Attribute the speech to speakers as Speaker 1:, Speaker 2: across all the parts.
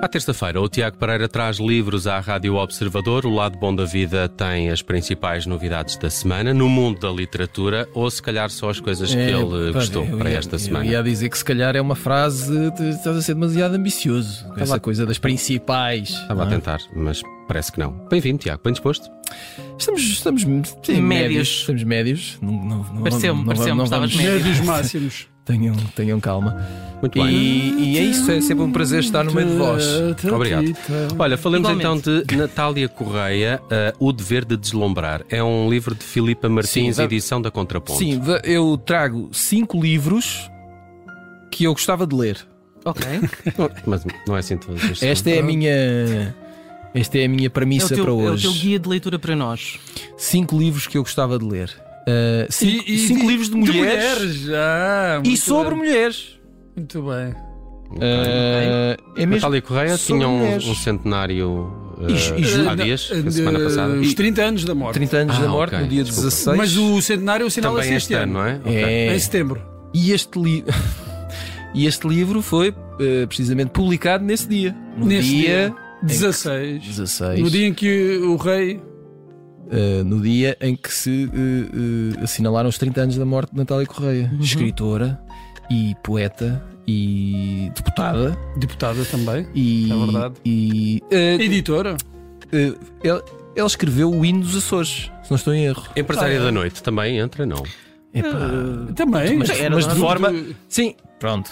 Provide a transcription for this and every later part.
Speaker 1: À terça-feira, o Tiago Pereira traz livros à Rádio Observador. O Lado Bom da Vida tem as principais novidades da semana no mundo da literatura, ou se calhar só as coisas que
Speaker 2: É,
Speaker 1: ele
Speaker 2: pá,
Speaker 1: gostou
Speaker 2: eu
Speaker 1: para
Speaker 2: ia-
Speaker 1: esta
Speaker 2: eu
Speaker 1: semana.
Speaker 2: ia dizer que se calhar é uma frase de estás a ser demasiado ambicioso. com Essa
Speaker 1: lá.
Speaker 2: coisa das principais.
Speaker 1: Estava a
Speaker 2: não é?
Speaker 1: tentar, mas parece que não. Bem-vindo, Tiago. Bem disposto?
Speaker 2: Estamos, estamos sim,
Speaker 3: Médios.
Speaker 2: Estamos médios. Não, não, não,
Speaker 3: Pareceu-me,
Speaker 2: não- não-
Speaker 3: pareceu-me,
Speaker 2: não
Speaker 3: estavas
Speaker 2: vamos-
Speaker 3: médio.
Speaker 4: Médios máximos.
Speaker 2: Tenham, tenham calma.
Speaker 1: Muito bem.
Speaker 2: E, e é isso, é sempre um prazer estar no meio de vós.
Speaker 1: Obrigado. Olha, falemos
Speaker 3: Igualmente.
Speaker 1: então de Natália Correia, eh, O Dever de Deslumbrar. É um livro de Filipa Martins,
Speaker 2: Sim, va-
Speaker 1: edição da Contraponto.
Speaker 2: Sim, va- eu trago cinco livros que eu gostava de ler.
Speaker 3: Ok.
Speaker 1: Não- Mas não é assim todas as
Speaker 2: Esta é a minha. Esta é a minha
Speaker 3: É o,
Speaker 2: premissa
Speaker 3: teu,
Speaker 2: para
Speaker 3: é o
Speaker 2: hoje.
Speaker 3: teu guia de leitura para nós.
Speaker 2: Cinco livros que eu gostava de ler. Ah, cinco cinco livros de mulheres,
Speaker 4: ah,
Speaker 2: e
Speaker 4: muito
Speaker 2: sobre
Speaker 4: bem.
Speaker 2: mulheres.
Speaker 4: Muito bem.
Speaker 2: Ah, é mesmo.
Speaker 1: Natália Correia
Speaker 2: sobre
Speaker 1: tinha um,
Speaker 2: mulheres.
Speaker 1: um centenário eh,
Speaker 2: E ju- e ju-
Speaker 1: há dias,
Speaker 4: Eh,
Speaker 1: a semana
Speaker 4: eh,
Speaker 1: passada.
Speaker 4: Os 30 anos da morte.
Speaker 2: 30 anos
Speaker 1: Ah,
Speaker 2: da morte,
Speaker 1: ok,
Speaker 2: no dia
Speaker 1: desculpa.
Speaker 2: 16.
Speaker 4: Mas o centenário assinala-se
Speaker 1: Também
Speaker 4: este,
Speaker 1: este ano, não é? Ok.
Speaker 2: É.
Speaker 4: Em setembro.
Speaker 2: E este, li... e este livro foi eh, precisamente publicado nesse dia. No
Speaker 4: Neste
Speaker 2: dia,
Speaker 4: dia. 16.
Speaker 2: 16.
Speaker 4: No dia em que o rei.
Speaker 2: eh, no dia em que se eh, eh, assinalaram os 30 anos da morte de Natália Correia. Escritora e poeta e deputada.
Speaker 4: Deputada também.
Speaker 2: E,
Speaker 4: É verdade.
Speaker 2: E, eh,
Speaker 4: Editora.
Speaker 2: eh, ela, ela escreveu o hino dos Açores, se não estou em erro. Eh,
Speaker 1: Empresária da Noite também entra, não.
Speaker 2: Epá.
Speaker 4: Também.
Speaker 2: mas- mas de
Speaker 4: do-
Speaker 2: forma-
Speaker 4: do-
Speaker 2: Sim, pronto.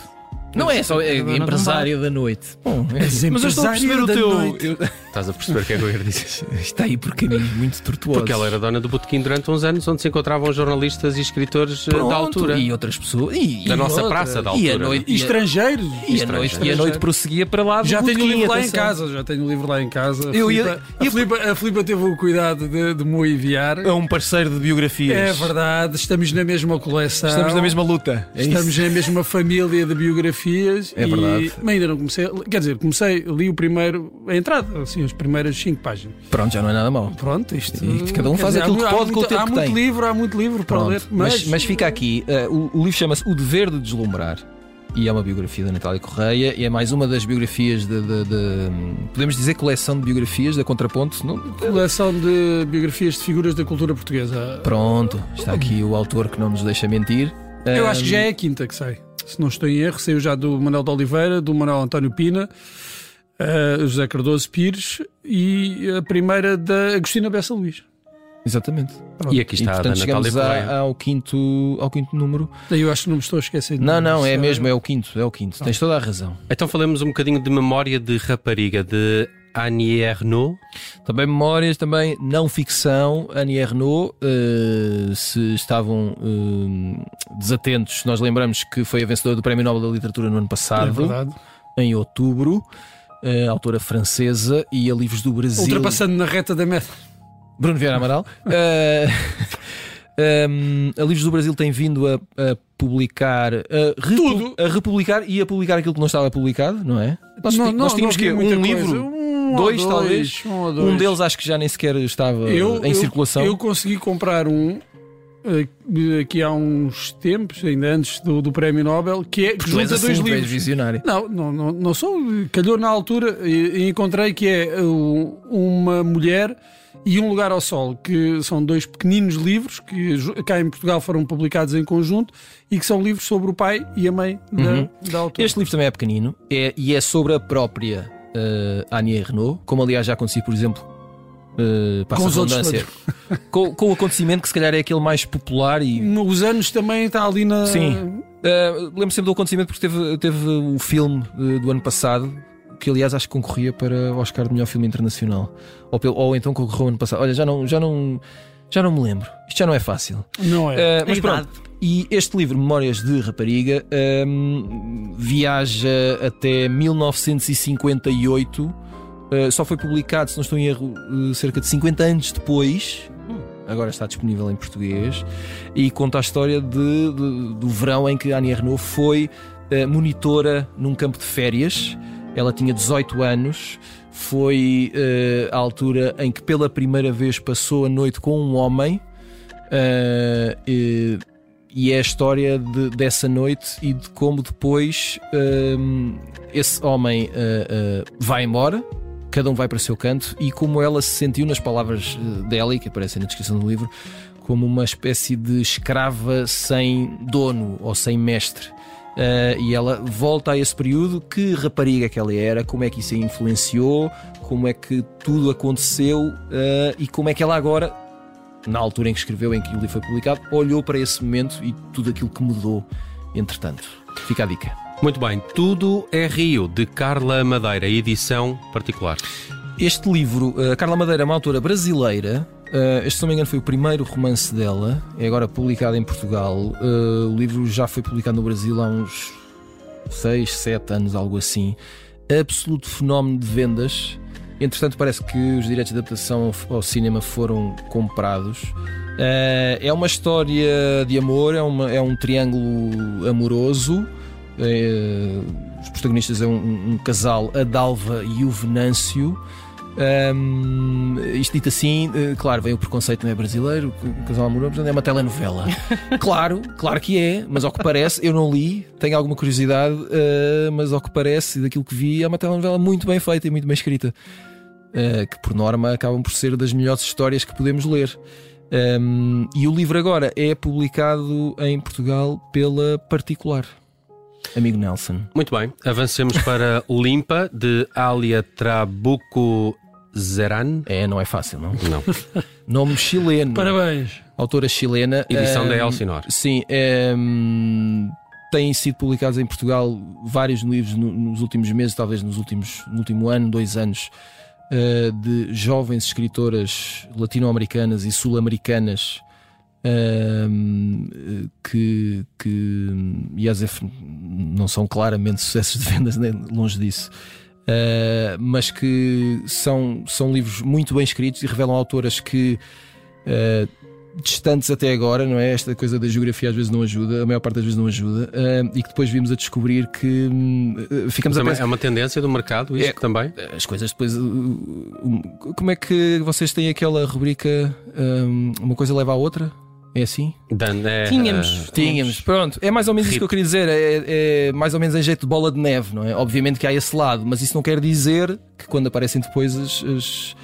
Speaker 2: Não é só é,
Speaker 3: Dona
Speaker 2: empresária da noite. Bom, é assim. mas eu estou a perceber
Speaker 4: empresária
Speaker 2: o
Speaker 4: da
Speaker 2: teu.
Speaker 4: noite.
Speaker 2: eu-
Speaker 1: Estás a perceber o que é que eu ia dizer?
Speaker 2: Está aí por caminhos muito tortuosos.
Speaker 1: Porque ela era dona do botequim durante uns anos, onde se encontravam jornalistas e escritores eh,
Speaker 2: Pronto,
Speaker 1: da altura.
Speaker 2: E outras pessoas. E,
Speaker 1: Da
Speaker 2: e
Speaker 1: nossa
Speaker 2: outra.
Speaker 1: praça da
Speaker 2: E a
Speaker 1: altura,
Speaker 2: noite,
Speaker 4: E
Speaker 2: e, a,
Speaker 4: estrangeiros.
Speaker 2: e a noite, e a noite prosseguia para lá. do
Speaker 4: Já tenho o
Speaker 2: botequim,
Speaker 4: livro lá em
Speaker 2: atenção.
Speaker 4: casa, já tenho o livro lá em casa. A
Speaker 2: assim. Eu ia-
Speaker 4: Filipa- a Filipa- a Filipa teve o cuidado de, de me o enviar.
Speaker 2: É um parceiro de biografias.
Speaker 4: É verdade, estamos na mesma coleção.
Speaker 2: Estamos na mesma luta. É isso?
Speaker 4: Estamos na mesma família de biografias.
Speaker 2: É
Speaker 4: e-
Speaker 2: verdade.
Speaker 4: Mas ainda não comecei. a- Quer dizer, comecei, li o primeiro, a entrada, assim, as primeiras cinco páginas.
Speaker 2: Pronto, já não é nada mau.
Speaker 4: Pronto, isto.
Speaker 2: E cada um
Speaker 4: quer
Speaker 2: faz
Speaker 4: dizer,
Speaker 2: aquilo que
Speaker 4: há
Speaker 2: pode com o
Speaker 4: muito-
Speaker 2: tempo
Speaker 4: Há
Speaker 2: que
Speaker 4: muito
Speaker 2: tem.
Speaker 4: livro, há muito livro para
Speaker 2: Pronto,
Speaker 4: ler.
Speaker 2: mas, mas fica aqui. eh, o, o livro chama-se O Dever de Deslumbrar e é uma biografia da Natália Correia e é mais uma das biografias de, de- de- podemos dizer coleção de biografias da Contraponto. Não?
Speaker 4: Coleção de biografias de figuras da cultura portuguesa.
Speaker 2: Pronto, está aqui o autor que não nos deixa mentir.
Speaker 4: Eu acho que já é a quinta que sai. Se não estou em erro, saiu já do Manuel de Oliveira, do Manuel António Pina, eh, José Cardoso Pires e a primeira da Agostina Bessa Luís.
Speaker 2: Exatamente.
Speaker 1: E aqui está
Speaker 2: e,
Speaker 1: a da
Speaker 2: portanto,
Speaker 1: Natália
Speaker 2: chegamos a-
Speaker 1: Correia.
Speaker 2: ao, quinto, ao quinto número.
Speaker 4: Eu acho que não me estou a esquecer de
Speaker 2: Não,
Speaker 4: nada.
Speaker 2: não, é
Speaker 4: Isso
Speaker 2: mesmo, é o quinto, é o quinto.
Speaker 4: Ah.
Speaker 2: Tens toda a razão.
Speaker 1: Então falamos um bocadinho de Memória de Rapariga, de Annie Ernaux.
Speaker 2: Também memórias, também não ficção, Annie Ernaux, eh, se estavam eh, desatentos, nós lembramos que foi a vencedora do Prémio Nobel da Literatura no ano
Speaker 4: É
Speaker 2: passado,
Speaker 4: verdade.
Speaker 2: em outubro, eh, autora francesa e a livros do Brasil.
Speaker 4: Ultrapassando na reta da meta.
Speaker 2: Bruno Vieira Amaral. Eh, um, a Livros do Brasil tem vindo a, a publicar a, repu-
Speaker 4: Tudo.
Speaker 2: a republicar e a publicar aquilo que não estava publicado, não é? Nós,
Speaker 4: Não-
Speaker 2: ti- nós
Speaker 4: não-
Speaker 2: tínhamos
Speaker 4: não
Speaker 2: que
Speaker 4: vi muita
Speaker 2: um
Speaker 4: coisa.
Speaker 2: livro,
Speaker 4: Um ou
Speaker 2: dois, talvez.
Speaker 4: Um, ou dois.
Speaker 2: um deles acho que já nem sequer estava
Speaker 4: Eu-
Speaker 2: em
Speaker 4: eu-
Speaker 2: circulação.
Speaker 4: Eu consegui comprar um eh, aqui há uns tempos, ainda antes do, do Prémio Nobel, que é que
Speaker 2: Tu és
Speaker 4: junta
Speaker 2: assim,
Speaker 4: dois
Speaker 2: tu és
Speaker 4: livros.
Speaker 2: visionário.
Speaker 4: Não, não, não, não sou. Calhou na altura e, e encontrei que é uh, uma mulher e um lugar ao sol, que são dois pequeninos livros que ju- cá em Portugal foram publicados em conjunto e que são livros sobre o pai e a mãe da,
Speaker 2: Uhum.
Speaker 4: da autora.
Speaker 2: Este livro também é pequenino é- e é sobre a própria eh, Annie Renault, como aliás já aconteceu, por exemplo, eh, passa
Speaker 4: Com
Speaker 2: a
Speaker 4: os outros
Speaker 2: redundância, com, com o acontecimento que se calhar é aquele mais popular e
Speaker 4: Os anos também está ali na.
Speaker 2: Sim. Uh, lembro sempre do acontecimento porque teve, teve o filme uh, do ano passado que aliás acho que concorria para o Oscar de melhor filme internacional ou, pelo- ou então concorreu ano passado olha já não já não já não me lembro isto já não é fácil
Speaker 4: Não é?
Speaker 2: Uh, mas
Speaker 3: A
Speaker 2: pronto e este livro Memórias de Rapariga um, viaja até 1958 uh, só foi publicado se não estou em erro uh, cerca de 50 anos depois agora está disponível em português e conta a história de- de- do verão em que Annie Renault foi eh, monitora num campo de férias. Ela tinha 18 anos, foi eh, a altura em que pela primeira vez passou a noite com um homem eh, e, e é a história de- dessa noite e de como depois hum, esse homem ah, ah, vai embora, cada um vai para o seu canto, e como ela se sentiu, nas palavras eh, dela, e que aparecem na descrição do livro, como uma espécie de escrava sem dono ou sem mestre. Ah, e ela volta a esse período, que rapariga que ela era, como é que isso a influenciou, como é que tudo aconteceu ah, e como é que ela agora na altura em que escreveu, em que o livro foi publicado, olhou para esse momento e tudo aquilo que mudou entretanto. Fica a dica.
Speaker 1: Muito bem, Tudo é Rio, de Carla Madeira, edição particular.
Speaker 2: Este livro, a Carla Madeira é uma autora brasileira. eh, Este, se não me engano, foi o primeiro romance dela. É agora publicado em Portugal. Eh, O livro já foi publicado no Brasil há uns 6, 7 anos, algo assim. Absoluto fenómeno de vendas. Entretanto, parece que os direitos de adaptação ao- ao cinema foram comprados. Eh, É uma história de amor, é, uma- é um triângulo amoroso. Eh, Os protagonistas é um, um casal, a Dalva e o Venâncio. Ahm, isto dito assim, eh, claro, vem o preconceito, não é brasileiro, o casal amoroso, portanto, é uma telenovela. claro, claro que é, mas ao que parece, eu não li, tenho alguma curiosidade, eh, mas ao que parece, e daquilo que vi, é uma telenovela muito bem feita e muito bem escrita, eh, que por norma acabam por ser das melhores histórias que podemos ler. Ahm, e o livro agora é publicado em Portugal pela Particular. Amigo Nelson.
Speaker 1: Muito bem, avancemos para Limpa, de Alia Trabuco Zeran.
Speaker 2: É, não é fácil, não?
Speaker 1: Não,
Speaker 2: Nome chileno.
Speaker 4: Parabéns.
Speaker 2: Autora chilena.
Speaker 1: edição da
Speaker 2: Ahm,
Speaker 1: Elsinor.
Speaker 2: Sim, ehm, têm sido publicados em Portugal vários livros no- nos últimos meses, talvez nos últimos, no último ano, dois anos, eh, de jovens escritoras latino-americanas e sul-americanas. ehm, eh, que, que Yazef não são claramente sucessos de vendas, nem longe disso, Eh, mas que são, são livros muito bem escritos e revelam autoras que eh, distantes até agora, não é? Esta coisa da geografia às vezes não ajuda, a maior parte das vezes não ajuda, ah, e que depois vimos a descobrir que hum, ah, ficamos a
Speaker 1: Também
Speaker 2: pensar.
Speaker 1: é uma tendência do mercado, isto
Speaker 2: É.
Speaker 1: também.
Speaker 2: As coisas depois. uh, um, Como é que vocês têm aquela rubrica um, Uma coisa leva à outra? É assim?
Speaker 1: Dan, é,
Speaker 3: Tínhamos.
Speaker 1: eh,
Speaker 2: Tínhamos, pronto. É mais ou menos isso
Speaker 1: Rip.
Speaker 2: que eu queria dizer. É, é mais ou menos em jeito de bola de neve, não é? Obviamente que há esse lado, mas isso não quer dizer que quando aparecem depois as, as,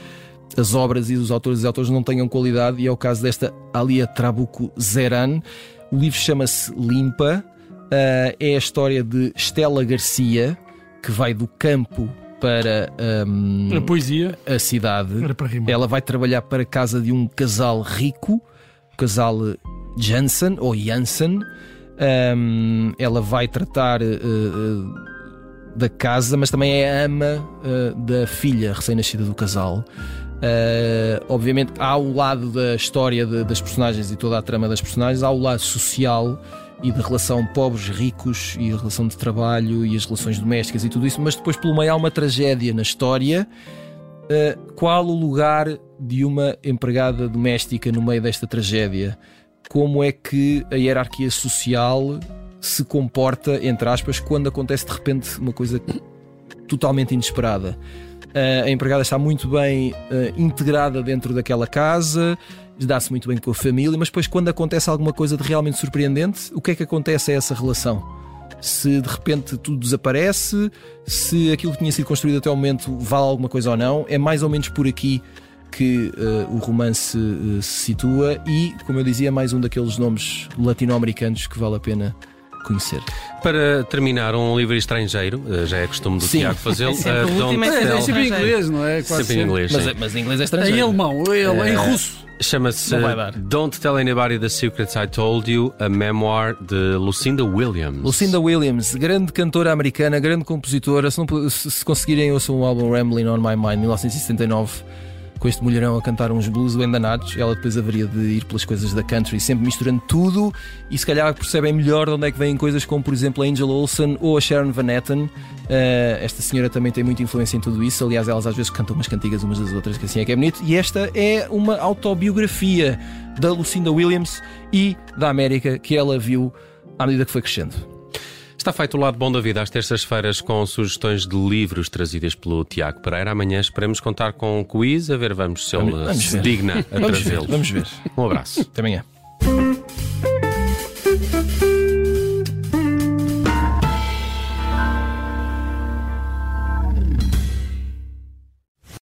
Speaker 2: as obras e os autores e os autores não tenham qualidade, e é o caso desta Alia Trabuco Zeran. O livro chama-se Limpa, ah, é a história de Estela Garcia, que vai do campo para ahm,
Speaker 4: Era poesia.
Speaker 2: a cidade.
Speaker 4: Hum. Era para rimar.
Speaker 2: Ela vai trabalhar para a casa de um casal rico, o casal eh, Jansen ou Jansen. Ahm, ela vai tratar eh, eh, da casa, mas também é a ama eh, da filha recém-nascida do casal. Ah, obviamente, há o lado da história de- das personagens e toda a trama das personagens, há o lado social e da relação pobres-ricos e a relação de trabalho e as relações domésticas e tudo isso, mas depois, pelo meio, há uma tragédia na história Uh, qual o lugar de uma empregada doméstica no meio desta tragédia? Como é que a hierarquia social se comporta, entre aspas, quando acontece de repente uma coisa totalmente inesperada? Uh, a empregada está muito bem uh, integrada dentro daquela casa, dá-se muito bem com a família, mas depois, quando acontece alguma coisa de realmente surpreendente, o que é que acontece a essa relação? se de repente tudo desaparece, se aquilo que tinha sido construído até o momento vale alguma coisa ou não. É mais ou menos por aqui que eh, o romance eh, se situa e, como eu dizia, mais um daqueles nomes latino-americanos que vale a pena conhecer.
Speaker 1: Para terminar, um livro estrangeiro, eh, já é costume do
Speaker 2: Sim.
Speaker 1: Tiago fazê-lo.
Speaker 3: É sempre
Speaker 1: eh,
Speaker 3: o
Speaker 1: Don't
Speaker 3: último, é
Speaker 4: É,
Speaker 1: Tell-
Speaker 4: é sempre em
Speaker 3: Estrangeiro.
Speaker 4: inglês, não é? Quase
Speaker 1: sempre em inglês.
Speaker 2: Mas,
Speaker 1: sim. Eh,
Speaker 2: mas em inglês é
Speaker 4: É em
Speaker 2: estrangeiro.
Speaker 4: alemão, é, em russo.
Speaker 1: Chama-se
Speaker 2: Não vai dar.
Speaker 1: Don't Tell Anybody the Secrets I Told You, a memoir de Lucinda Williams.
Speaker 2: Lucinda Williams, grande cantora americana, grande compositora. Se, não pu- se- se conseguirem, ouçam o álbum Rambling on My Mind, 1979, com este mulherão a cantar uns blues bem danados. Ela depois haveria de ir pelas coisas da country, sempre misturando tudo. E se calhar percebem melhor de onde é que vêm coisas como, por exemplo, a Angel Olsen ou a Sharon Van Etten. Eh, esta senhora também tem muita influência em tudo isso. Aliás, elas às vezes cantam umas cantigas umas das outras, que assim é que é bonito. E esta é uma autobiografia da Lucinda Williams e da América que ela viu à medida que foi crescendo.
Speaker 1: Está feito o lado bom da vida às terças-feiras com sugestões de livros trazidas pelo Tiago Pereira. Amanhã esperemos contar com um quiz. A ver, vamos se ele
Speaker 2: Vamos- vamos
Speaker 1: se
Speaker 2: ver.
Speaker 1: digna a
Speaker 2: Vamos ver,
Speaker 1: trazê-lo.
Speaker 2: vamos ver.
Speaker 1: Um abraço.
Speaker 2: Até amanhã.